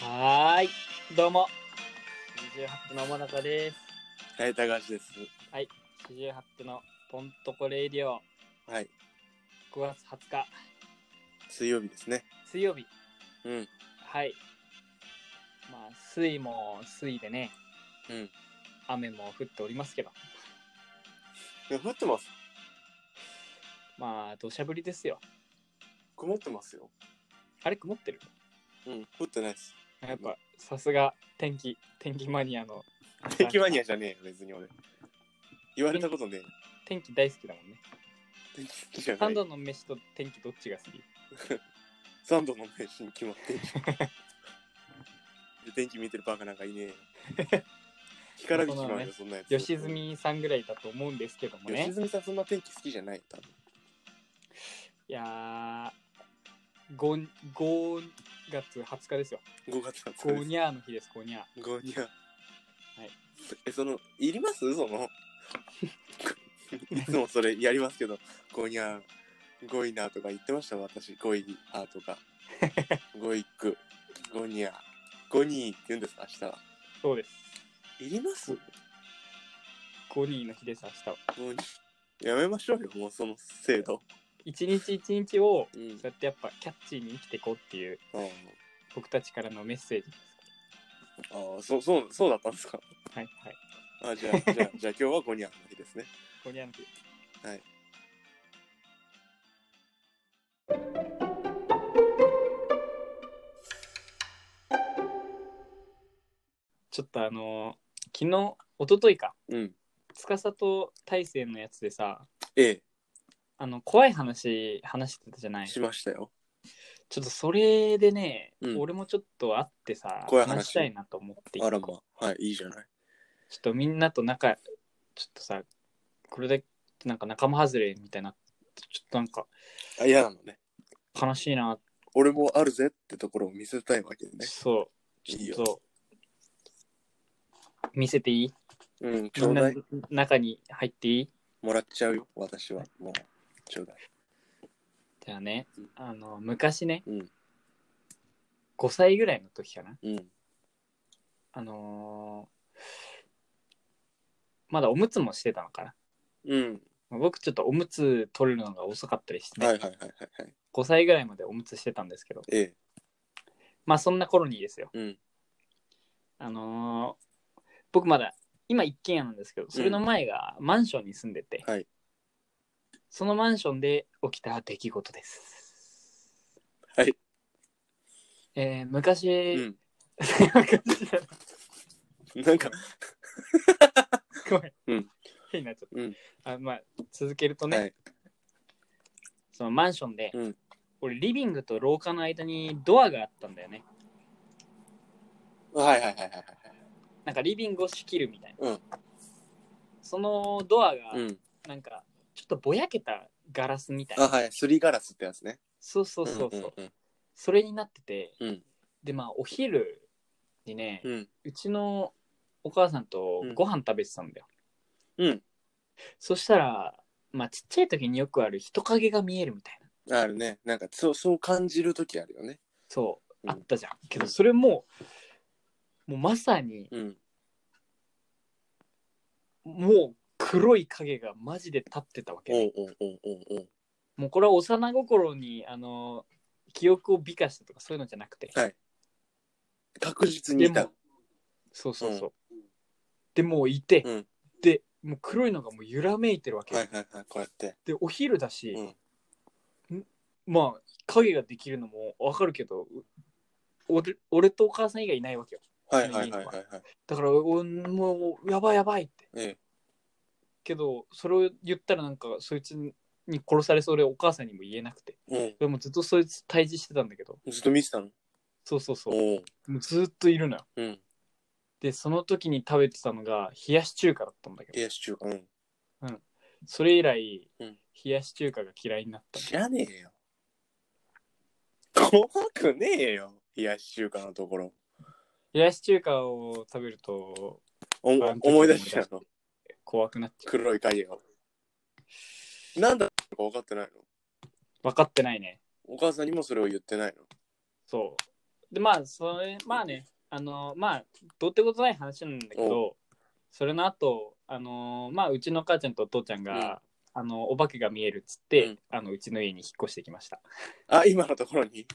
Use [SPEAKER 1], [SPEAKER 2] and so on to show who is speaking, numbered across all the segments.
[SPEAKER 1] はーい、どうも。四十八のもなかです。
[SPEAKER 2] はい、高橋です。
[SPEAKER 1] 四十八のポンとこレイディオ、
[SPEAKER 2] はい、
[SPEAKER 1] 九月二十日
[SPEAKER 2] 水曜日ですね。
[SPEAKER 1] 水曜日。
[SPEAKER 2] うん、
[SPEAKER 1] はい。まあ、水も水でね、
[SPEAKER 2] うん。
[SPEAKER 1] 雨も降っておりますけど、
[SPEAKER 2] 降ってます。
[SPEAKER 1] まあ土砂降りですよ。
[SPEAKER 2] 曇ってますよ。
[SPEAKER 1] あれ曇ってる。
[SPEAKER 2] うん、降ってない です。
[SPEAKER 1] やっぱさすが天気天気マニアの
[SPEAKER 2] 天気マニアじゃねえよ、別に俺。言われたことねえ。
[SPEAKER 1] 天気大好きだもんね。
[SPEAKER 2] 天気好きじゃな
[SPEAKER 1] サン
[SPEAKER 2] い。
[SPEAKER 1] ドの飯と天気どっちが好き
[SPEAKER 2] サンドの名刺に決ま ってんじゃんで天気見てるバカなんかいねえよ。 干からびきまうよ、そんなやつ。
[SPEAKER 1] 吉。住さんぐらいだと思うんですけどもね
[SPEAKER 2] 吉。住さん、そんな天気好きじゃない。多分
[SPEAKER 1] いやー、5, 5月20日ですよ。
[SPEAKER 2] 5月だった
[SPEAKER 1] ゴ
[SPEAKER 2] です。
[SPEAKER 1] ニャーの日です、ゴニャー。。
[SPEAKER 2] ゴニャ。はいえ、その、いりますそ の。いつもそれやりますけど、ゴニャ、ゴイナとか言ってました、私。ゴイアーと か。ゴイック、ゴニャ、ゴニーって言うんですか、明日は。
[SPEAKER 1] そうです。
[SPEAKER 2] いります
[SPEAKER 1] ゴニーの日です、明日は。
[SPEAKER 2] ゴニやめましょうよ、もうその制度。
[SPEAKER 1] 一日一日を、
[SPEAKER 2] うん。うん
[SPEAKER 1] そうやってやっぱキャッチーに生きていこうっていう、僕たちからのメッセージです。
[SPEAKER 2] ああ、そう、そう、そうだったんですか。
[SPEAKER 1] はいはい。
[SPEAKER 2] あじゃ あ、じゃあ、じゃあ今日はゴニャの日ですね。
[SPEAKER 1] ゴニャーの日。
[SPEAKER 2] はい。
[SPEAKER 1] ちょっとあのー昨日、一昨日か、
[SPEAKER 2] うん。
[SPEAKER 1] 司と大勢のやつでさ、
[SPEAKER 2] え
[SPEAKER 1] あの、怖い話、話してたじゃな
[SPEAKER 2] え、
[SPEAKER 1] い
[SPEAKER 2] しましたよ。
[SPEAKER 1] ちょっとそれでね、
[SPEAKER 2] うん
[SPEAKER 1] 俺もちょっと会ってさ、
[SPEAKER 2] 怖い話
[SPEAKER 1] したいなと思って、
[SPEAKER 2] あら
[SPEAKER 1] ちょ
[SPEAKER 2] まあ、はい、いいじゃない。
[SPEAKER 1] っとみんなと仲、ちょっとさ、これでなんか仲間外れみたいな、ちょっとなんか
[SPEAKER 2] あ、嫌なのね。
[SPEAKER 1] 悲しいな、
[SPEAKER 2] 俺もあるぜってところを見せたいわけね。
[SPEAKER 1] そう、
[SPEAKER 2] いい
[SPEAKER 1] ち
[SPEAKER 2] よ
[SPEAKER 1] ょっと、見せていい
[SPEAKER 2] うん、ち
[SPEAKER 1] み
[SPEAKER 2] ょ
[SPEAKER 1] ん
[SPEAKER 2] うだ。
[SPEAKER 1] ない中に入っていい
[SPEAKER 2] もらっちゃうよ、私は。もう、ちょうだい。
[SPEAKER 1] じゃあね
[SPEAKER 2] うん、
[SPEAKER 1] あの、昔ね、
[SPEAKER 2] うん
[SPEAKER 1] 5歳ぐらいの時かな、
[SPEAKER 2] うん。
[SPEAKER 1] あのーまだおむつもしてたのかな。
[SPEAKER 2] うん。
[SPEAKER 1] 僕ちょっとおむつ取るのが遅かったりして、ね
[SPEAKER 2] はいはいはいはいはい。
[SPEAKER 1] 5歳ぐらいまでおむつしてたんですけど
[SPEAKER 2] ええ。
[SPEAKER 1] まあそんな頃にですよ
[SPEAKER 2] うん。
[SPEAKER 1] あのー僕まだ今一軒家なんですけどそれの前がマンションに住んでて、
[SPEAKER 2] はい
[SPEAKER 1] そのマンションで起きた出来事です
[SPEAKER 2] はい
[SPEAKER 1] えー昔、
[SPEAKER 2] うん。
[SPEAKER 1] 昔じゃない
[SPEAKER 2] なんか、
[SPEAKER 1] ごめん、
[SPEAKER 2] うん
[SPEAKER 1] 変になっちゃった、
[SPEAKER 2] うん
[SPEAKER 1] あまあ続けるとね、
[SPEAKER 2] はい。
[SPEAKER 1] そのマンションで、
[SPEAKER 2] うん
[SPEAKER 1] 俺リビングと廊下の間にドアがあったんだよね
[SPEAKER 2] はいはいはいはいはい。
[SPEAKER 1] なんかリビングを仕切るみたいな、
[SPEAKER 2] うん
[SPEAKER 1] そのドアが
[SPEAKER 2] うん。
[SPEAKER 1] なんかちょっとぼやけたガラスみたい
[SPEAKER 2] あ、
[SPEAKER 1] な
[SPEAKER 2] はい。すりガラスってやつね。
[SPEAKER 1] そうそうそうそう,、
[SPEAKER 2] うん。
[SPEAKER 1] それになってて
[SPEAKER 2] うん。
[SPEAKER 1] でまあお昼にね、う
[SPEAKER 2] うん。
[SPEAKER 1] ちのお母さんと
[SPEAKER 2] うん
[SPEAKER 1] ご飯食べてたんだよ、
[SPEAKER 2] うん。
[SPEAKER 1] そしたらまあちっちゃい時によくある人影が見えるみたいな
[SPEAKER 2] あるね。なんか、そう、そう感じるときあるよね。
[SPEAKER 1] そう、
[SPEAKER 2] うん
[SPEAKER 1] あったじゃんけどそれももうまさに
[SPEAKER 2] うん。
[SPEAKER 1] もう黒い影がマジで立ってたわけね、
[SPEAKER 2] おうおうおうおうおう。
[SPEAKER 1] もうこれは幼心にあの記憶を美化したとかそういうのじゃなくて、
[SPEAKER 2] はい確実にい
[SPEAKER 1] で
[SPEAKER 2] た
[SPEAKER 1] も。そうそうそう、でもういて、
[SPEAKER 2] うん
[SPEAKER 1] でもう黒いのがもう揺らめいてるわけ、
[SPEAKER 2] はいはいはい。こうやって。
[SPEAKER 1] でお昼だし、
[SPEAKER 2] うん。
[SPEAKER 1] まあ影ができるのもわかるけどう俺俺とお母さん以外いないわけよ
[SPEAKER 2] はいはいはいはいはい。
[SPEAKER 1] だからおもうやばいやばいって
[SPEAKER 2] ええ。
[SPEAKER 1] けどそれを言ったらなんかそいつに殺されそうでお母さんにも言えなくて
[SPEAKER 2] う
[SPEAKER 1] でもずっとそいつ退治してたんだけど
[SPEAKER 2] ん。ずっと見てたの
[SPEAKER 1] そうそうそう
[SPEAKER 2] おう。
[SPEAKER 1] もうずっといるのよ
[SPEAKER 2] うん。
[SPEAKER 1] でその時に食べてたのが冷やし中華だったんだけど
[SPEAKER 2] 冷やし中華。うん。
[SPEAKER 1] それ以来、
[SPEAKER 2] うん
[SPEAKER 1] 冷やし中華が嫌いになった
[SPEAKER 2] 知らねえよ。怖くねえよ。冷やし中華のところ。
[SPEAKER 1] 冷やし中華を食べると
[SPEAKER 2] お
[SPEAKER 1] あの時
[SPEAKER 2] 思い出しちゃうの。
[SPEAKER 1] 怖くなっちゃ
[SPEAKER 2] 黒い影を。なんだか分かってないの
[SPEAKER 1] う分かってないね
[SPEAKER 2] お母さんにもそれを言ってない
[SPEAKER 1] そうで、まあ、それ、まあね、あの、まあ、どうってことない話なんだけど、それの後、あの、まあ、うちの母ちゃんと父ちゃんが、あの、お化けが見えるっつって、
[SPEAKER 2] うん
[SPEAKER 1] あの、うちの家に引っ越してきました。
[SPEAKER 2] あ、今のところに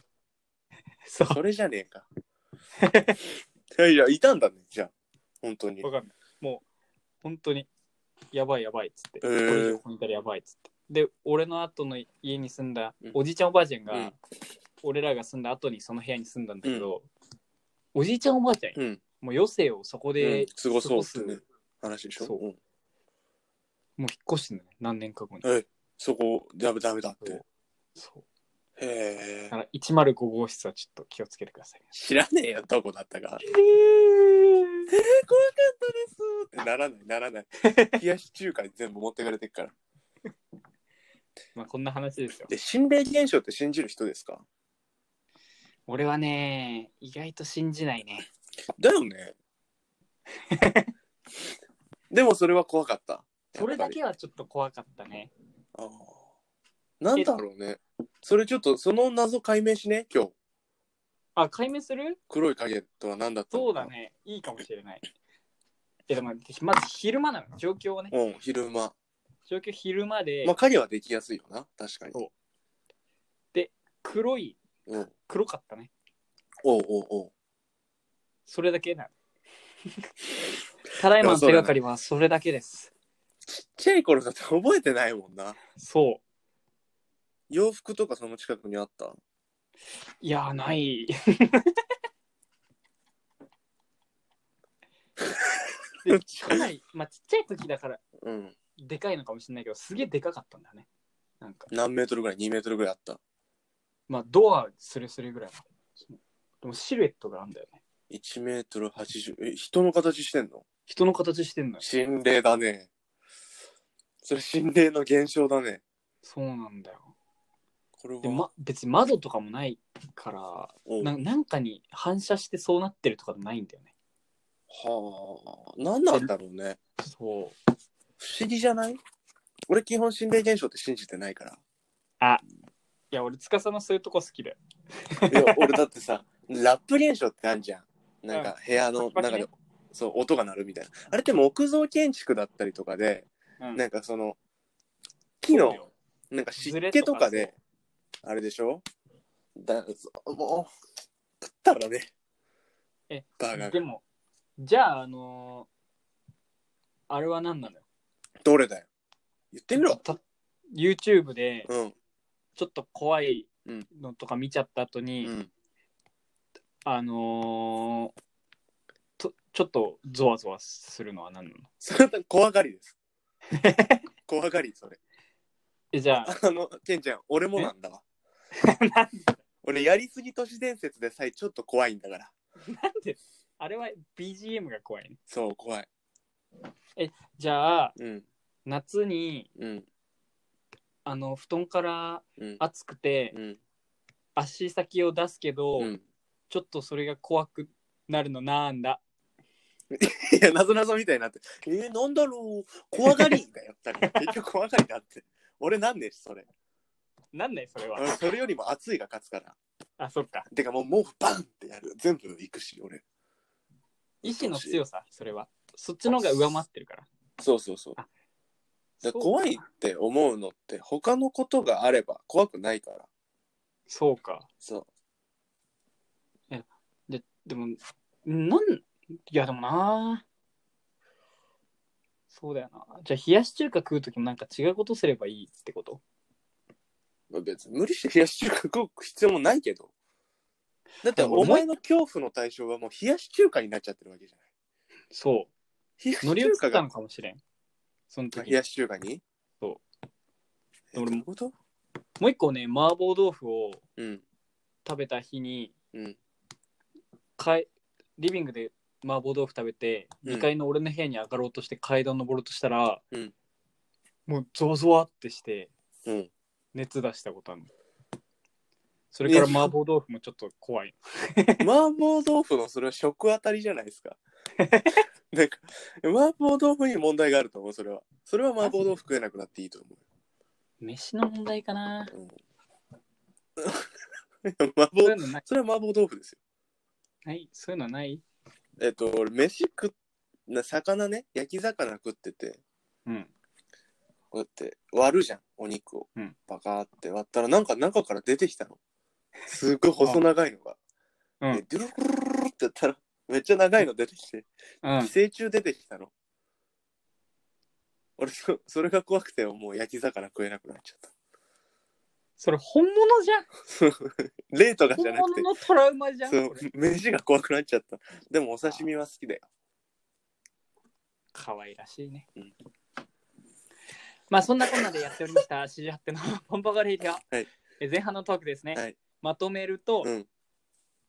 [SPEAKER 1] そう。
[SPEAKER 2] それじゃねえか。いやいや、いたんだね、じゃあ。本当に
[SPEAKER 1] わ。かんない。もう、本当に、やばいやばいっつって、
[SPEAKER 2] へ
[SPEAKER 1] こ
[SPEAKER 2] ー
[SPEAKER 1] れ以上ここにいたらやばいっつって。で、俺の後の家に住んだ
[SPEAKER 2] うん
[SPEAKER 1] おじいちゃんおばあちゃんが、
[SPEAKER 2] うん
[SPEAKER 1] 俺らが住んだ後にその部屋に住んだんだけど、おじいちゃんおばあちゃんよ、
[SPEAKER 2] うん。
[SPEAKER 1] もう余生をそこ
[SPEAKER 2] う
[SPEAKER 1] で
[SPEAKER 2] ん過ごそうって
[SPEAKER 1] す、
[SPEAKER 2] ね話でしょ。
[SPEAKER 1] そう
[SPEAKER 2] うん
[SPEAKER 1] もう引っ越してんだね、何年か後に。
[SPEAKER 2] えそこ、ダメダメだって。
[SPEAKER 1] そうそ
[SPEAKER 2] へ
[SPEAKER 1] う
[SPEAKER 2] え
[SPEAKER 1] だか。ら105号室はちょっと気をつけてください。
[SPEAKER 2] 知らねえよ、どこだったか。
[SPEAKER 1] えー、
[SPEAKER 2] 怖かったですならない、な らない。冷やし中華に全部持ってかれてるから。
[SPEAKER 1] まあこんな話ですよ。
[SPEAKER 2] で、心霊現象って信じる人ですか
[SPEAKER 1] 俺はね、意外と信じないね。
[SPEAKER 2] だよ ね。でもそれは怖かった。
[SPEAKER 1] それだけ
[SPEAKER 2] やっ
[SPEAKER 1] はちょっと怖かったね。
[SPEAKER 2] ぱりあーなんだろうね。それちょっと、その謎解明しね、今日。
[SPEAKER 1] あ、解明する
[SPEAKER 2] 黒い影とは何だったの
[SPEAKER 1] そう
[SPEAKER 2] か
[SPEAKER 1] だ。ね、いいかもしれない。えでもまず昼間なの、状況をね、
[SPEAKER 2] うん、昼間。
[SPEAKER 1] 状況昼間で
[SPEAKER 2] まあ、影はできやすいよな、確かに。
[SPEAKER 1] そう黒い、
[SPEAKER 2] うん、
[SPEAKER 1] 黒かったね。
[SPEAKER 2] おうおうおう
[SPEAKER 1] それだけな の。ただいまの手がかりはそれだけです。
[SPEAKER 2] ちっちゃい頃だって覚えてないもんな。
[SPEAKER 1] そ
[SPEAKER 2] 洋服とかその近くにあった。
[SPEAKER 1] う。いやー、 ない。でかなり、まあ、ちっちゃい時だから、
[SPEAKER 2] うん。
[SPEAKER 1] でかいのかもしれないけど、すげえでかかったんだね。なんか、
[SPEAKER 2] 何メートルぐらい ?2 メートルぐらいあった。
[SPEAKER 1] まあ、ドアスレスレぐらいの。でも、シルエットがあるんだよね。
[SPEAKER 2] 1メートル80。え、人の形してんの
[SPEAKER 1] 人の形してんのよ。
[SPEAKER 2] 心霊だね。それ心霊の現象だね。
[SPEAKER 1] そうなんだよ。
[SPEAKER 2] これは。
[SPEAKER 1] で、ま、別に窓とかもないから、
[SPEAKER 2] おう
[SPEAKER 1] ななんかに反射してそうなってるとかないんだよね。
[SPEAKER 2] はあ。何なんだろうね。
[SPEAKER 1] そう。
[SPEAKER 2] 不思議じゃない俺基本心霊現象って信じてないから。
[SPEAKER 1] いや、俺、司のそういうとこ好きだよ。
[SPEAKER 2] いや俺だってさ、ラップ現象ってあるじゃん。なんか部屋の中
[SPEAKER 1] う
[SPEAKER 2] で
[SPEAKER 1] ん、
[SPEAKER 2] そう、音が鳴るみたいな。あれって木造建築だったりとかで、
[SPEAKER 1] うん
[SPEAKER 2] なんかその、木の
[SPEAKER 1] そうよ
[SPEAKER 2] なんか湿
[SPEAKER 1] ズレ
[SPEAKER 2] 気
[SPEAKER 1] と
[SPEAKER 2] と
[SPEAKER 1] か
[SPEAKER 2] かで、あれでしょだそうもう、食ったらね。
[SPEAKER 1] え、
[SPEAKER 2] バーガー
[SPEAKER 1] で
[SPEAKER 2] が。
[SPEAKER 1] も、じゃあ、あのーあれは何なのよ。
[SPEAKER 2] どれだよ。言ってみろ。
[SPEAKER 1] た YouTube で、
[SPEAKER 2] うん。
[SPEAKER 1] ちょっと怖い
[SPEAKER 2] うん
[SPEAKER 1] のとか見ちゃった後に、
[SPEAKER 2] うん。
[SPEAKER 1] あのーと、ちょっとゾワゾワするのは何なの
[SPEAKER 2] それは怖がりです。怖がり、それ。
[SPEAKER 1] え、じゃあ、
[SPEAKER 2] あの、ケンちゃん、俺もなんだわ。俺、やりすぎ都市伝説でさえちょっと怖いんだから。
[SPEAKER 1] なんで、あれは BGM が怖いね。
[SPEAKER 2] そう、怖い。
[SPEAKER 1] じゃあ、
[SPEAKER 2] うん。
[SPEAKER 1] 夏に、
[SPEAKER 2] うん。
[SPEAKER 1] あの、布団から
[SPEAKER 2] うん。
[SPEAKER 1] 暑くて、
[SPEAKER 2] うん。
[SPEAKER 1] 足先を出すけど、
[SPEAKER 2] うん。
[SPEAKER 1] ちょっとそれが怖くなるのなんだ。
[SPEAKER 2] いや、なぞなぞみたいになって。えー、なんだろう。怖がりだよ。だから結局怖がりだって。俺なんでそれ。
[SPEAKER 1] なんだよ、それは。
[SPEAKER 2] 俺それよりも熱いが勝つから。
[SPEAKER 1] あ、そっか。
[SPEAKER 2] てかもう、もうバンってやる。全部行くし、俺。
[SPEAKER 1] 意志の強さ、それは。そっちの方が上回ってるから。
[SPEAKER 2] そうそうそう。だから怖いって思うのって、他のことがあれば怖くないから。
[SPEAKER 1] そうか。
[SPEAKER 2] そ
[SPEAKER 1] で、でも、なん、いや、でもなそうだよな。じゃあ、冷やし中華食うときもなんか違うことすればいいってこと
[SPEAKER 2] う。まあ別に無理して冷やし中華食う必要もないけど。だって、
[SPEAKER 1] でも
[SPEAKER 2] お前の恐怖の対象はもう冷やし中華になっちゃってるわけじゃない。
[SPEAKER 1] そ
[SPEAKER 2] 冷や
[SPEAKER 1] う。乗り移
[SPEAKER 2] し中華
[SPEAKER 1] ったの
[SPEAKER 2] が、
[SPEAKER 1] かもしれん。その時
[SPEAKER 2] 冷やし中華に
[SPEAKER 1] そう
[SPEAKER 2] え。どう
[SPEAKER 1] 俺も
[SPEAKER 2] いうこと
[SPEAKER 1] もう一個ね、麻婆豆腐を
[SPEAKER 2] うん。
[SPEAKER 1] 食べた日に、
[SPEAKER 2] うん。
[SPEAKER 1] かいリビングで麻婆豆腐食べて、
[SPEAKER 2] うん
[SPEAKER 1] 2階の俺の部屋に上がろうとして階段登ろうとしたら、
[SPEAKER 2] うん
[SPEAKER 1] もうゾワゾワってして
[SPEAKER 2] うん。
[SPEAKER 1] 熱出したことあるのそれから麻婆豆腐もちょっと怖い
[SPEAKER 2] 麻婆豆腐のそれは食あたりじゃないですか。なんか、麻婆豆腐に問題があると思う、それは。それは麻婆豆腐食えなくなっていいと思
[SPEAKER 1] 飯の問題かな
[SPEAKER 2] う。うん、麻
[SPEAKER 1] そうい
[SPEAKER 2] 婆
[SPEAKER 1] うのない
[SPEAKER 2] それは麻婆豆腐ですよ。
[SPEAKER 1] ないそういうのない
[SPEAKER 2] えっと、俺、飯食っ、な魚ね、焼き魚食ってて、
[SPEAKER 1] うん。
[SPEAKER 2] こうやって割るじゃん、お肉を
[SPEAKER 1] うん。
[SPEAKER 2] バカーって割ったら、なんか中から出てきたの。すごい細長いのが。
[SPEAKER 1] うん
[SPEAKER 2] で、ドゥルルルルルルってやったら、めっちゃ長いの出てきて、
[SPEAKER 1] う
[SPEAKER 2] 寄
[SPEAKER 1] ん。
[SPEAKER 2] 生虫出てきたの。俺そ、それが怖くて、もう焼き魚食えなくなっちゃった。
[SPEAKER 1] それ本物じゃん。
[SPEAKER 2] そう 例とかじ
[SPEAKER 1] 本
[SPEAKER 2] ゃなく
[SPEAKER 1] 物
[SPEAKER 2] て、
[SPEAKER 1] のトラウマじゃん。
[SPEAKER 2] そう
[SPEAKER 1] これ、
[SPEAKER 2] 飯が怖くなっちゃった。でも、お刺身は好きだよ。
[SPEAKER 1] 可愛らしいね。
[SPEAKER 2] うん
[SPEAKER 1] まあそんなこんなでやっておりま した、四十八手のポンポコレイディオ。
[SPEAKER 2] はい
[SPEAKER 1] え前半のトークですね。
[SPEAKER 2] はい
[SPEAKER 1] まとめると、
[SPEAKER 2] うん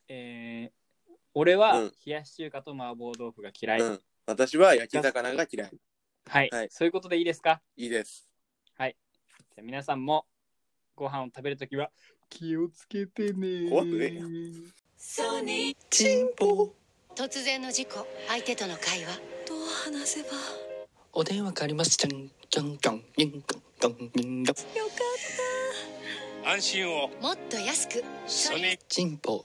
[SPEAKER 1] えー俺は
[SPEAKER 2] うん
[SPEAKER 1] 冷やし中華と麻婆豆腐が嫌い。
[SPEAKER 2] うん。私は焼き魚が嫌い。
[SPEAKER 1] はい、
[SPEAKER 2] はい
[SPEAKER 1] そういうことでいいですか
[SPEAKER 2] いいです。
[SPEAKER 1] じゃあ皆さんもご飯を食べるときは気をつけてね。
[SPEAKER 2] 怖くね
[SPEAKER 3] ソニー
[SPEAKER 4] チンポ
[SPEAKER 3] 突然の事故相手との会話どう話せば
[SPEAKER 4] お電話変わりますじゃんじゃんじゃんじゃんじゃんじゃんじゃん
[SPEAKER 3] よか
[SPEAKER 5] 安心を
[SPEAKER 3] ったもっと安く
[SPEAKER 5] ソニー
[SPEAKER 4] チンポ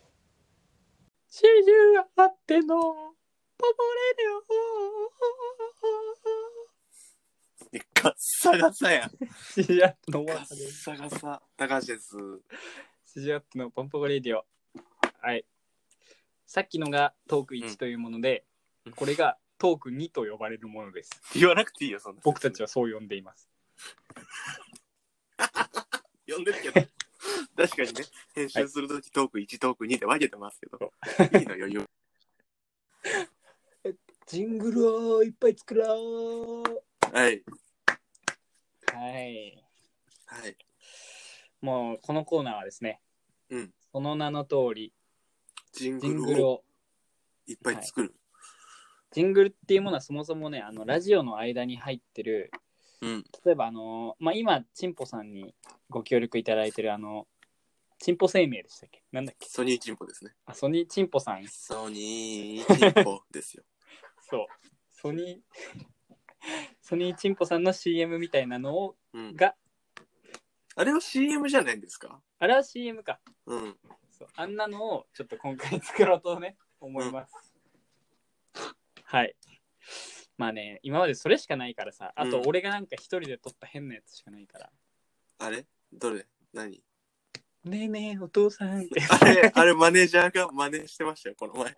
[SPEAKER 1] 四十八手のポンポコレイディオ。
[SPEAKER 2] いやガッサガサやん。
[SPEAKER 1] シ ジアップの
[SPEAKER 2] ガッサガサ。高橋です。
[SPEAKER 1] シジアップのポンポコレディオ。はい。さっきのがトーク
[SPEAKER 2] うん
[SPEAKER 1] 1というもので、
[SPEAKER 2] うん
[SPEAKER 1] これがトーク2と呼ばれるものです。
[SPEAKER 2] 言わなくていいよ、そんな。
[SPEAKER 1] 僕たち
[SPEAKER 2] は。
[SPEAKER 1] はそう呼んでいます。
[SPEAKER 2] 呼んでるけど。 確かにね、編集するときトーク1、トーク2で分けてますけど。いいのよ、余裕。
[SPEAKER 1] ジングルをいっぱい作ろう。
[SPEAKER 2] はい。
[SPEAKER 1] はい。
[SPEAKER 2] はい。
[SPEAKER 1] もうこのコーナーはですね、
[SPEAKER 2] うん
[SPEAKER 1] その名の通り、
[SPEAKER 2] ジン
[SPEAKER 1] ジン
[SPEAKER 2] グ
[SPEAKER 1] グ
[SPEAKER 2] ル
[SPEAKER 1] ル
[SPEAKER 2] を
[SPEAKER 1] を、
[SPEAKER 2] いっぱい作る。
[SPEAKER 1] ジングルっていうものはそもそもね、あのラジオの間に入ってる、
[SPEAKER 2] うん。
[SPEAKER 1] 例えばあの、まあ、今、チンポさんにご協力いただいてる、あの、チンポ生命でしたっけなんだっけ
[SPEAKER 2] ソニーチンポですね。
[SPEAKER 1] あ、ソニーチンポさん
[SPEAKER 2] ソニーチンポですよ。
[SPEAKER 1] そう。ソニー、ソニーチンポさんの CM みたいなのを、
[SPEAKER 2] うん。
[SPEAKER 1] が、
[SPEAKER 2] あれは CM じゃないんですか
[SPEAKER 1] あれは CM か。
[SPEAKER 2] うん。
[SPEAKER 1] そうあんなのをちょっと今回作ろうとね、思います。はい。まあね、今までそれしかないからさ、あと
[SPEAKER 2] うん
[SPEAKER 1] 俺がなんか一人で撮った変なやつしかないから。
[SPEAKER 2] あれどれ何
[SPEAKER 1] ねえねえ、お父さんって。
[SPEAKER 2] あれ、あれマネージャーが真似してましたよ、この前。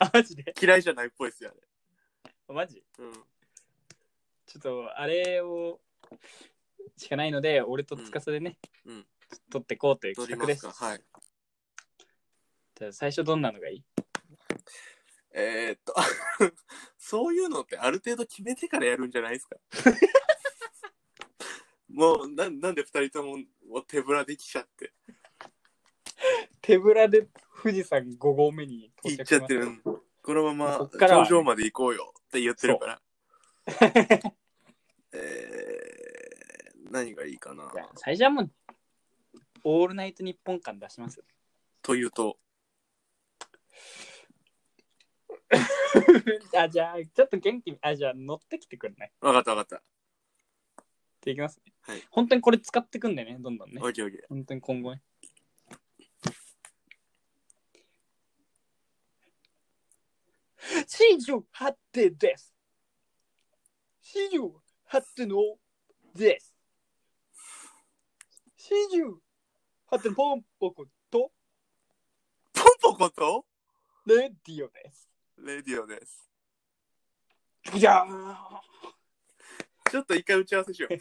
[SPEAKER 1] あ、マジで
[SPEAKER 2] 嫌いじゃないっぽいですよ、
[SPEAKER 1] マジ
[SPEAKER 2] あれ。うん。
[SPEAKER 1] ちょっとあれを、しかないので、俺と司でね、
[SPEAKER 2] うんうん
[SPEAKER 1] 撮ってこうという
[SPEAKER 2] 撮り
[SPEAKER 1] 企画
[SPEAKER 2] ま
[SPEAKER 1] ですす。
[SPEAKER 2] かはい。
[SPEAKER 1] じゃあ最初どんなのがいい
[SPEAKER 2] えー、っと、 あそういうのってある程度決めてからやるんじゃない ですかもうな、なんで二人とも手ぶらできちゃって、
[SPEAKER 1] 手ぶらで富士山5合目に到
[SPEAKER 2] 行っ
[SPEAKER 1] 着
[SPEAKER 2] ちゃ
[SPEAKER 1] し
[SPEAKER 2] っ
[SPEAKER 1] ま
[SPEAKER 2] てる。このま
[SPEAKER 1] こっ
[SPEAKER 2] ま
[SPEAKER 1] からは
[SPEAKER 2] 頂上まで行こうよって言ってる から。えー、何がいいかな
[SPEAKER 1] じゃあ最初はもう、オールナイト日本感出します。
[SPEAKER 2] というと、
[SPEAKER 1] あ、じゃあ、ちょっと元気に、あ、じゃあ乗ってきてくんない
[SPEAKER 2] わかったわかっ
[SPEAKER 1] できます、
[SPEAKER 2] はい
[SPEAKER 1] 本当にこれ使ってくんだよね、どんどんね
[SPEAKER 2] た。オ。ッケーオッケー。
[SPEAKER 1] 本当に今後ね。四十八手です。四十八手のです。四十八手のポンポコと
[SPEAKER 2] ポンポコと
[SPEAKER 1] レディオです。
[SPEAKER 2] レディオです。
[SPEAKER 1] じゃあ。
[SPEAKER 2] ちょっと一回打ち合わ せしよう。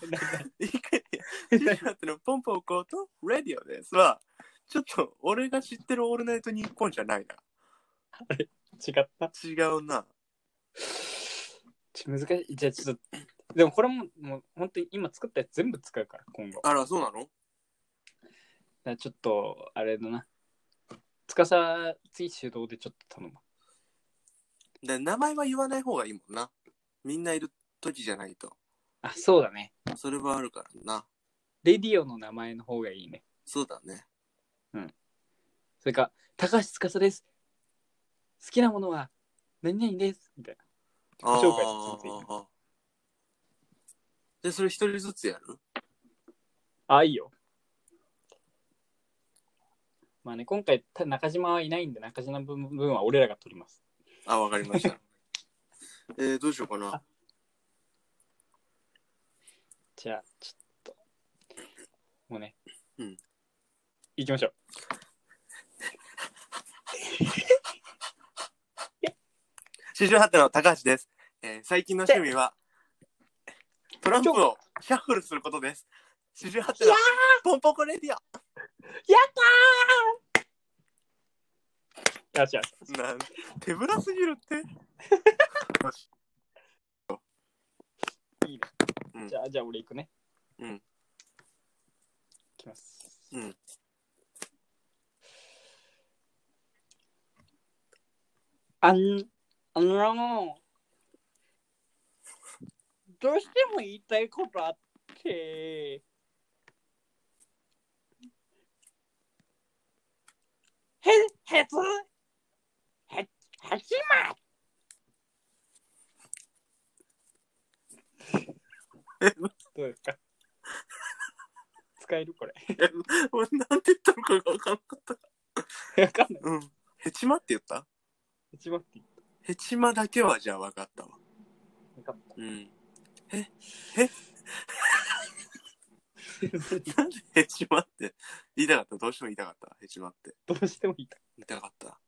[SPEAKER 2] 一回、シュラってのポンポンこと、レディオですは、ちょっと俺が知ってるオールナイトニッポンじゃないな。
[SPEAKER 1] 違った。
[SPEAKER 2] 違うな。
[SPEAKER 1] ちょ難しい。じゃあちょっと、でもこれも、もう本当に今作ったやつ全部使うから、今後。だか
[SPEAKER 2] あら、そうなの
[SPEAKER 1] らちょっと、あれだな。つかさ、次手動でちょっと頼む。
[SPEAKER 2] で名前は言わない方がいいもんな。みんないる時じゃないと。
[SPEAKER 1] あ、そうだね。
[SPEAKER 2] それはあるからな。
[SPEAKER 1] レディオの名前の方がいいね。
[SPEAKER 2] そうだね。
[SPEAKER 1] それか、高橋司です。好きなものは何々です。みたいな。
[SPEAKER 2] あ
[SPEAKER 1] 自己紹介の続き
[SPEAKER 2] あ。で、それ一人ずつやる
[SPEAKER 1] あ、いいよ。まあね、今回、た中島はいないんで、中島の部分は俺らが取ります。
[SPEAKER 2] あ、わかりま した。えー、どうしようかな。
[SPEAKER 1] じゃあ、ちょっと。もうね。
[SPEAKER 2] うん。
[SPEAKER 1] 行きましょう。
[SPEAKER 2] 四十八手の高橋です。えー最近の趣味は、トランプをシャッフルすることです。四十八手のポンポコレディア。
[SPEAKER 1] あ、違う。
[SPEAKER 2] なん手ぶらすぎるって。よし
[SPEAKER 1] いいね。
[SPEAKER 2] うん
[SPEAKER 1] じゃあ、じゃあ俺行くね。
[SPEAKER 2] うん
[SPEAKER 1] 行きます。
[SPEAKER 2] うん
[SPEAKER 1] あん、あの、どうしても言いたいことあって、へ、へつ、へ、はちどうですか使えるこれ。
[SPEAKER 2] 俺なんて言ったのかがわかんなかった。
[SPEAKER 1] わかんない。
[SPEAKER 2] うん。ヘチマって言った
[SPEAKER 1] 一番って
[SPEAKER 2] ヘチマだけはじゃあわかったわ。
[SPEAKER 1] 分かった。
[SPEAKER 2] うん。え、え なんでヘチマって言いたかったどうしても言いたかったヘチマって。
[SPEAKER 1] どうしてもいいか。
[SPEAKER 2] 言いたかった。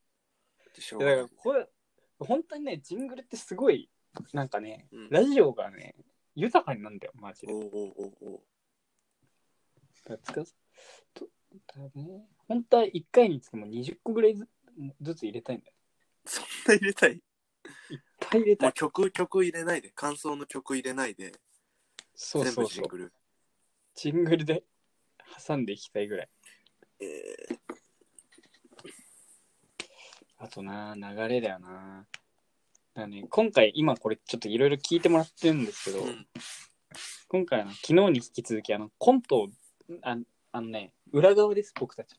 [SPEAKER 2] でしょ
[SPEAKER 1] だ
[SPEAKER 2] うが
[SPEAKER 1] か
[SPEAKER 2] ない
[SPEAKER 1] らこれ、本当にね、ジングルってすごい、なんかね、
[SPEAKER 2] うん
[SPEAKER 1] ラジオがね、豊かになるんだよ、マジで
[SPEAKER 2] お。うおうおうおう
[SPEAKER 1] だから使うとだね本当は1回につきも20個ぐらいずずつ入れたいんだよ。
[SPEAKER 2] そんな入れたい
[SPEAKER 1] いっぱい入れた
[SPEAKER 2] もう
[SPEAKER 1] い。
[SPEAKER 2] 曲、曲入れないで、感想の曲入れないで、
[SPEAKER 1] そう
[SPEAKER 2] 全
[SPEAKER 1] そ
[SPEAKER 2] 部
[SPEAKER 1] う
[SPEAKER 2] シ
[SPEAKER 1] そ
[SPEAKER 2] ン
[SPEAKER 1] う。
[SPEAKER 2] グル。
[SPEAKER 1] ジングルで挟んでいきたいぐらい。
[SPEAKER 2] えー
[SPEAKER 1] あとな、流れだよな。だからね、今回、今これちょっといろいろ聞いてもらってるんですけど、
[SPEAKER 2] うん
[SPEAKER 1] 今回あの昨日に引き続きあのコントをああのね裏側です僕たち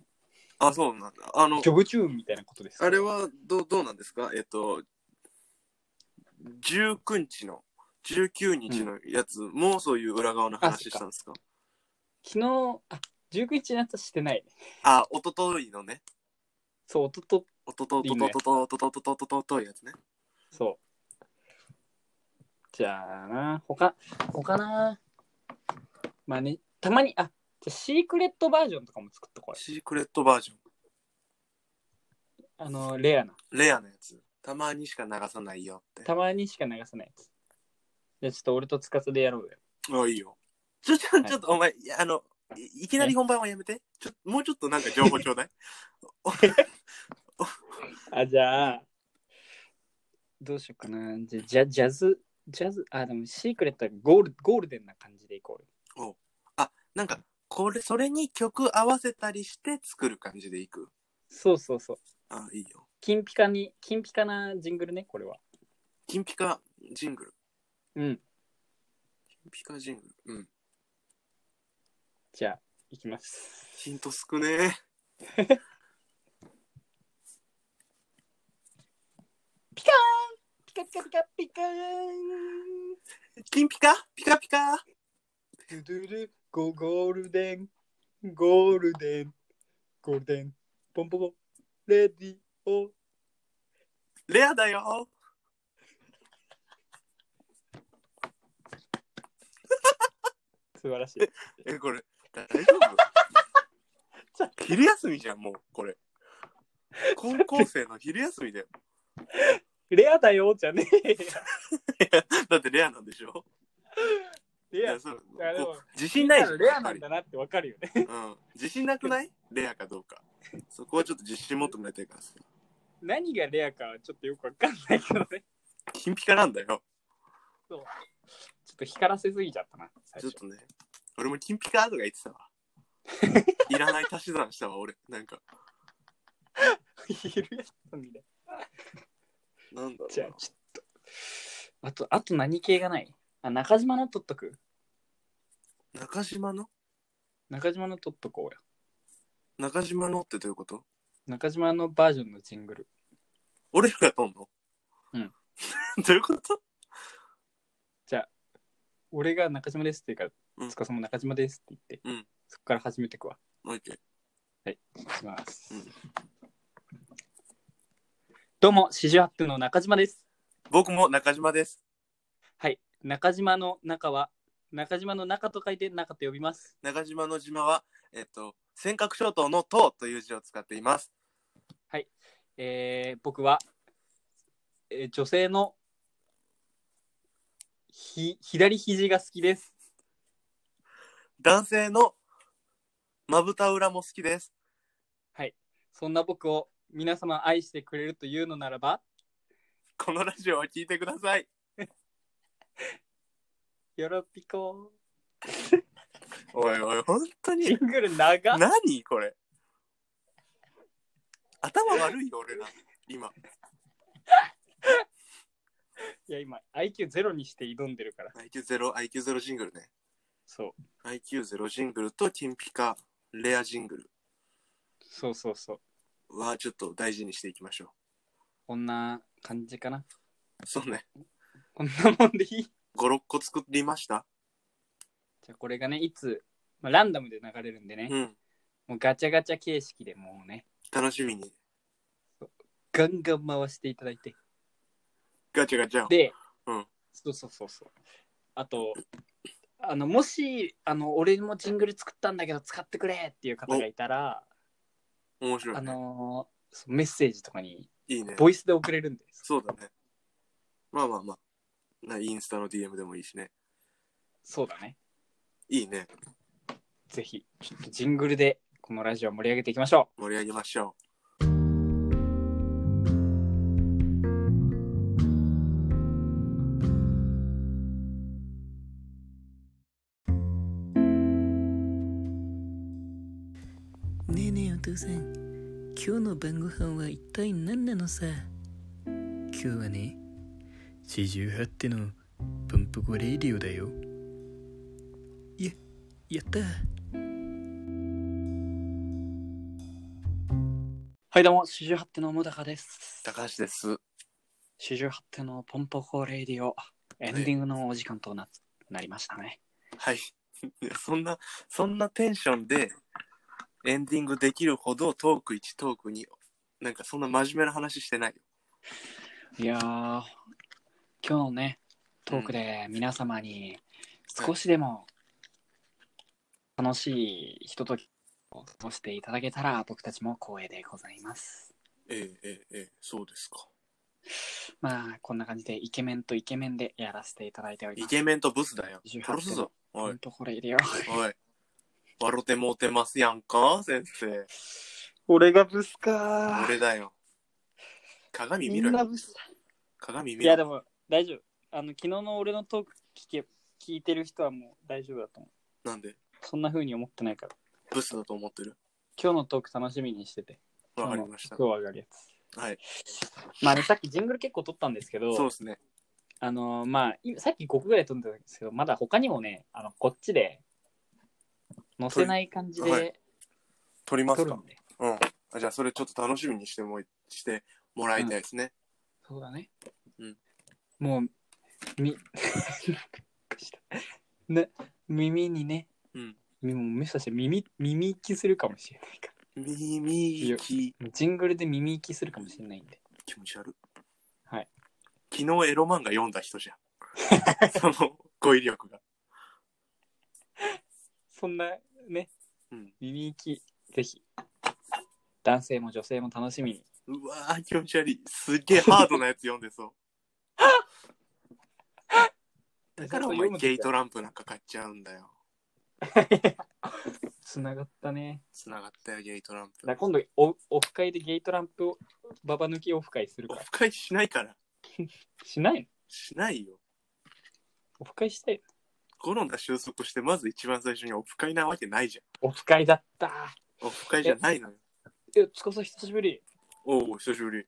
[SPEAKER 2] あ、そうなんだ。あの
[SPEAKER 1] ジ、ョブチューンみたいなことです
[SPEAKER 2] あれはどうどうなんですかえっと、19日の、19日のやつもそういう裏側の話したんですか
[SPEAKER 1] 昨日あ19日のやつはしてない
[SPEAKER 2] あ、おとといのね。
[SPEAKER 1] そうおとと
[SPEAKER 2] おとととととととととととととやつね。
[SPEAKER 1] そうじゃあな他他なまあねたまにあじゃあシークレットバージョンとかも作っとこ
[SPEAKER 2] シークレットバージョ
[SPEAKER 1] うあのレアな
[SPEAKER 2] ン。レアなやつ。たまにしか流さないよって。
[SPEAKER 1] たまにしか流さないやつじゃあちょっと俺とつかさでやろうよ
[SPEAKER 2] あ、いいよ。ちょ、ちょ、
[SPEAKER 1] い
[SPEAKER 2] ちょっと、お前、いやあの、いいきなり本番はやめて。ちょ、もうちょっとなんか情報ちょ うだい。
[SPEAKER 1] あ、じゃあ、どうしようかな。じゃジャジャズ、ジャズ、あ、でもシークレットはゴールゴールデンな感じでいこうよ。
[SPEAKER 2] なんか、これ、それに曲合わせたりして作る感じでいく。
[SPEAKER 1] そうそうそう。
[SPEAKER 2] あ、いいよ。
[SPEAKER 1] 金ピカに、金ピカなジングルね、これは。
[SPEAKER 2] 金ピカジングル。
[SPEAKER 1] うん。
[SPEAKER 2] 金ピカジングル。うん。
[SPEAKER 1] じゃあ、いきます。
[SPEAKER 2] ヒント少ね
[SPEAKER 1] ピカピカピカピカーン
[SPEAKER 2] え。金ピカピカピカ
[SPEAKER 1] ドゥドゥドゥゴゴールデン、ゴールデン、ゴールデン、ポンポコ、レディオ。
[SPEAKER 2] レアだよ
[SPEAKER 1] 素晴らしい。
[SPEAKER 2] え、これ、大丈
[SPEAKER 1] ちょ
[SPEAKER 2] 夫昼休みじゃん、もう、これ。高校生の昼休みだよ。
[SPEAKER 1] レアだよ、じゃねえよ。
[SPEAKER 2] だってレアなんでしょい
[SPEAKER 1] レア。い
[SPEAKER 2] そう
[SPEAKER 1] や、でも
[SPEAKER 2] こ、う自信ないじゃん。
[SPEAKER 1] レアなん
[SPEAKER 2] やっ
[SPEAKER 1] だなってわかるよね。
[SPEAKER 2] ぱりうん。自信なくないレアかどうか。そこはちょっと自信持ってもらいたいからさ。
[SPEAKER 1] 何がレアかはちょっとよくわかんないけどね。
[SPEAKER 2] 金ピカなんだよ。
[SPEAKER 1] ちょっと光らせすぎちゃったな、最
[SPEAKER 2] ちょっ
[SPEAKER 1] 初。
[SPEAKER 2] とね。俺も金ピカとか言ってたわ。 いらない足し算したわ、俺。なんか、
[SPEAKER 1] 昼休みで。
[SPEAKER 2] なんだろう
[SPEAKER 1] じゃあ、
[SPEAKER 2] な。
[SPEAKER 1] ちょっと。あと、あと何系がないあ、中島の取っとく
[SPEAKER 2] 中島の
[SPEAKER 1] 中島の取っとこうや。
[SPEAKER 2] 中島のってどういうこと
[SPEAKER 1] 中島のバージョンのジングル。
[SPEAKER 2] 俺らが撮んの
[SPEAKER 1] うん。
[SPEAKER 2] どういうこと
[SPEAKER 1] 俺が中島ですって言うか
[SPEAKER 2] う
[SPEAKER 1] ら、
[SPEAKER 2] ん
[SPEAKER 1] つかさんも中島ですって言って、
[SPEAKER 2] うん
[SPEAKER 1] そこから始めてくわ。
[SPEAKER 2] オッケー。
[SPEAKER 1] します
[SPEAKER 2] うん。
[SPEAKER 1] どうも、四十八分の中島です。
[SPEAKER 2] 僕も中島です。
[SPEAKER 1] はい、中島の中は、中島の中と書いて中と呼びます。
[SPEAKER 2] 中島の島は、えっと、尖閣諸島の島という字を使っています。
[SPEAKER 1] えー、僕は、えー女性のひ左肘が好きです。
[SPEAKER 2] 男性のまぶた裏も好きです。
[SPEAKER 1] そんな僕を皆様愛してくれるというのならば、
[SPEAKER 2] このラジオを聞いてください。
[SPEAKER 1] よろぴこ
[SPEAKER 2] おいおい、本当
[SPEAKER 1] ー。ジ
[SPEAKER 2] に。
[SPEAKER 1] ングル長っ
[SPEAKER 2] 何これ。頭悪いよ、俺ら。今。
[SPEAKER 1] いや、今、IQ ゼロにして挑んでるから。
[SPEAKER 2] IQ0、IQ0 ジングルね。
[SPEAKER 1] そう、
[SPEAKER 2] IQ0 ジングルと金ピカレアジングル
[SPEAKER 1] そうそうそう。
[SPEAKER 2] はちょっと大事にしていきましょ
[SPEAKER 1] こんな感じかな。
[SPEAKER 2] う。そうね。
[SPEAKER 1] こんなもんでいい。
[SPEAKER 2] 5、6個作りました。
[SPEAKER 1] じゃあこれがね、いつ、まあ、ランダムで流れるんでね、
[SPEAKER 2] うん。
[SPEAKER 1] もうガチャガチャ形式でもうね、
[SPEAKER 2] 楽しみに。
[SPEAKER 1] ガンガン回していただいて。
[SPEAKER 2] ガチャガチャ。
[SPEAKER 1] で、
[SPEAKER 2] うん
[SPEAKER 1] そうそうそうそう。あと、あの、もし、あの、俺もジングル作ったんだけど使ってくれっていう方がいたら、
[SPEAKER 2] 面白
[SPEAKER 1] あ
[SPEAKER 2] い、ね。
[SPEAKER 1] のーそうメッセージとかに、
[SPEAKER 2] いいね。
[SPEAKER 1] ボイスで送れるんで、
[SPEAKER 2] そうだね。まあまあまあ。なインスタの DM でもいいしね。
[SPEAKER 1] そうだね。
[SPEAKER 2] いいね。
[SPEAKER 1] ぜひ、ちょっとジングルで、このラジオを盛り上げていきましょ
[SPEAKER 2] 盛り上げましょ
[SPEAKER 6] ねえねえお父さん今日の晩ご飯は一体何なのさ今日はね四十八手のパンプコレイディオだよややった
[SPEAKER 1] う。はい、どうも、四十八手の桃高です。
[SPEAKER 2] う。高橋です。
[SPEAKER 1] 四十八手のポンポコレイディオエンディングのお時間とな,、なりましたね。
[SPEAKER 2] はい。 いやそんな、そんなテンションでエンディングできるほどトーク1、トーク2。なんかそんな真面目な話してないよ。
[SPEAKER 1] いやー今日のねトークで皆様に少しでも楽しいひとときを過ごしていただけたら僕たちも光栄でございます。
[SPEAKER 2] ええええええ、そうですか。
[SPEAKER 1] まあこんな感じでイケメンとイケメンでやらせていただいており
[SPEAKER 2] イ
[SPEAKER 1] ます。
[SPEAKER 2] ケメンとブスだよ。
[SPEAKER 1] 18
[SPEAKER 2] 殺すぞ。
[SPEAKER 1] ポ
[SPEAKER 2] おい
[SPEAKER 1] ン、ポコレイディオ。
[SPEAKER 2] おい。笑うてもうてますやんか、先生。
[SPEAKER 1] 俺がブスか
[SPEAKER 2] 俺だよ。鏡見ろよ。
[SPEAKER 1] ブス
[SPEAKER 2] 鏡見
[SPEAKER 1] いやで
[SPEAKER 2] ろ
[SPEAKER 1] も大丈夫。あの昨日の俺のトーク聞け聞いてる人はもう大丈夫だと思う。
[SPEAKER 2] なんで
[SPEAKER 1] そんな風に思ってないから。
[SPEAKER 2] ブスだと思ってる
[SPEAKER 1] 今日のトーク楽しみにしてて。
[SPEAKER 2] わかりました
[SPEAKER 1] 今。日上がるや
[SPEAKER 2] はい。
[SPEAKER 1] つ。まあね、さっきジングル結構撮ったんですけ
[SPEAKER 2] そう
[SPEAKER 1] ど、
[SPEAKER 2] ですね。
[SPEAKER 1] あのーまあ、今さっき5個ぐらい撮ったんですけど、まだ他にもね、あのこっちで載せない感じ
[SPEAKER 2] は
[SPEAKER 1] で
[SPEAKER 2] 撮りま
[SPEAKER 1] 撮
[SPEAKER 2] す
[SPEAKER 1] る
[SPEAKER 2] か
[SPEAKER 1] んで。
[SPEAKER 2] うん。あじゃあそれちょっと楽しみにしてもいしてもらいたいですね。
[SPEAKER 1] そうだね。
[SPEAKER 2] うん
[SPEAKER 1] もう、み、 ね、耳にね、
[SPEAKER 2] うん
[SPEAKER 1] みもうもしかして耳、耳行きするかもしれないか
[SPEAKER 2] 耳行き。
[SPEAKER 1] ら。ジングルで耳行きするかもしれないんで。
[SPEAKER 2] 気持ち悪い。
[SPEAKER 1] はい。
[SPEAKER 2] 昨日エロ漫画読んだ人じゃん。 その語彙力が。
[SPEAKER 1] そんなね、
[SPEAKER 2] うん
[SPEAKER 1] 耳行き、ぜひ、男性も女性も楽しみに。
[SPEAKER 2] うわー気持ち悪い。すげえハードなやつ読ん でそう。だからお前ゲイト
[SPEAKER 1] ラ。
[SPEAKER 2] ランプなんか買っちゃうんだよ。
[SPEAKER 1] つながったね。
[SPEAKER 2] つながったよ、ゲイトラ
[SPEAKER 1] だ
[SPEAKER 2] ン
[SPEAKER 1] から
[SPEAKER 2] プ。
[SPEAKER 1] 今度お、オフ会でゲートランプを、ババ抜きオフ会する
[SPEAKER 2] オ
[SPEAKER 1] から。
[SPEAKER 2] フ会しないから。
[SPEAKER 1] しないの
[SPEAKER 2] しないよ。
[SPEAKER 1] オフ会したい。
[SPEAKER 2] コロナ収束して、まず一番最初にオフ会なわけないじ
[SPEAKER 1] オフ会だった。
[SPEAKER 2] ゃん。オフ会じゃないのよ。
[SPEAKER 1] え、つかさ久しぶり。
[SPEAKER 2] おお、久しぶり。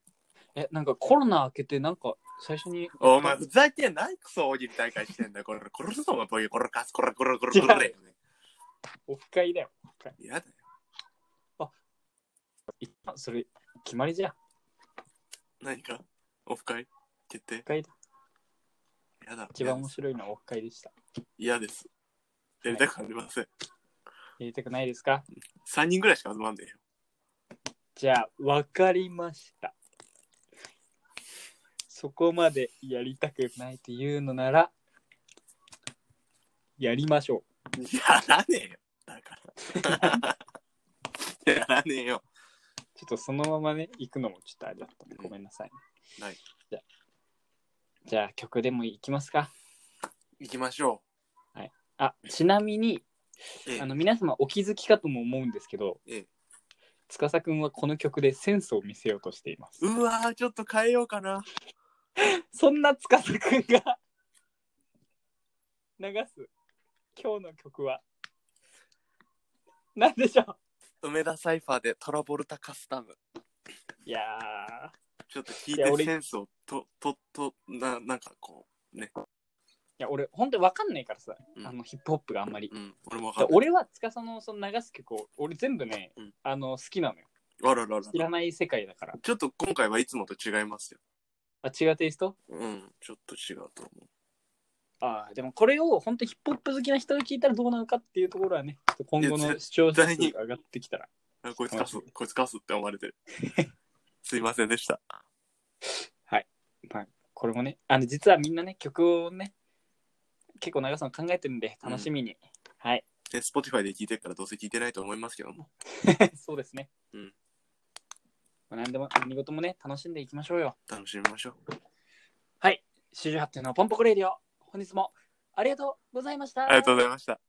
[SPEAKER 1] え、なんかコロナ明けて、なんか最初に。
[SPEAKER 2] お前、ふざけんな、クソ大喜利大会してんだよ。これ、殺すぞ、お前、ボイ、これ、カス、これ、これ、これ、これ。
[SPEAKER 1] オフ会だよ。
[SPEAKER 2] やだよ。
[SPEAKER 1] あそれ、決まりじゃん。オ
[SPEAKER 2] 何かオフ会決定
[SPEAKER 1] フ会だ。
[SPEAKER 2] やだ。
[SPEAKER 1] 一番面白いのはオフ会でした。
[SPEAKER 2] 嫌です。やりたくありません。
[SPEAKER 1] やりたくないですか
[SPEAKER 2] 3人ぐらいしか集まんねえよ。
[SPEAKER 1] じゃあ、わかりました。そこまでやりたくないっていうのなら、やりましょ
[SPEAKER 2] やらねえよ。だ から。やらねえよ。
[SPEAKER 1] う。ちょっとそのままね、行くのもちょっとあれだったんで、
[SPEAKER 2] うん
[SPEAKER 1] ごめんなさい、ね。
[SPEAKER 2] はい。
[SPEAKER 1] じゃあ、じゃあ曲でも行きますか。
[SPEAKER 2] 行きましょ
[SPEAKER 1] あ、ちなみに、
[SPEAKER 2] う。ええ
[SPEAKER 1] あの皆様お気づきかとも思うんですけど、
[SPEAKER 2] ええ
[SPEAKER 1] 司くんはこの曲でセンスを見せようとしています。
[SPEAKER 2] うわー、ちょっと変えようかな。
[SPEAKER 1] そんな司くんが 流す今日の曲は何でしょう
[SPEAKER 2] 梅田サイファーでトラボルタカスタム。
[SPEAKER 1] いや
[SPEAKER 2] ちょっと聞い
[SPEAKER 1] いや俺
[SPEAKER 2] てセンスをと、と、と、な、なんかこ
[SPEAKER 1] いや俺本当に分かんないからさ、
[SPEAKER 2] うん
[SPEAKER 1] あのヒップホップがあんまり
[SPEAKER 2] う。、うん。俺もわか
[SPEAKER 1] だ
[SPEAKER 2] んない。
[SPEAKER 1] 俺は司のその流す曲を俺全部ね、
[SPEAKER 2] うん
[SPEAKER 1] あの好きなのよ
[SPEAKER 2] あららら
[SPEAKER 1] 知。らない世界だから
[SPEAKER 2] ちょっと今回はいつもと違いますよ。
[SPEAKER 1] あ違うテイスト
[SPEAKER 2] うん。ちょっと違うと思う。
[SPEAKER 1] ああでもこれを本当にヒップホップ好きな人に聞いたらどうなのかっていうところはねちょっと今後
[SPEAKER 2] い
[SPEAKER 1] の
[SPEAKER 2] や
[SPEAKER 1] 視聴者
[SPEAKER 2] 絶対
[SPEAKER 1] 数
[SPEAKER 2] に
[SPEAKER 1] が上がってきたら
[SPEAKER 2] あこいつカス、こいつカスって思われて る。すいませんでした。
[SPEAKER 1] これもね、あの実はみんなね、曲をね、結構長さの考えてるんで、楽しみに。はい、
[SPEAKER 2] で、Spotify で聞いてるからどうせ聞いてないと思いますけども。
[SPEAKER 1] そうですね。
[SPEAKER 2] うん
[SPEAKER 1] まあ、何でも、何事もね、楽しんでいきましょうよ。
[SPEAKER 2] 楽しみましょう。
[SPEAKER 1] はい、四十八点のポンポコレディオ、本日もありがとうございました。
[SPEAKER 2] ありがとうございました。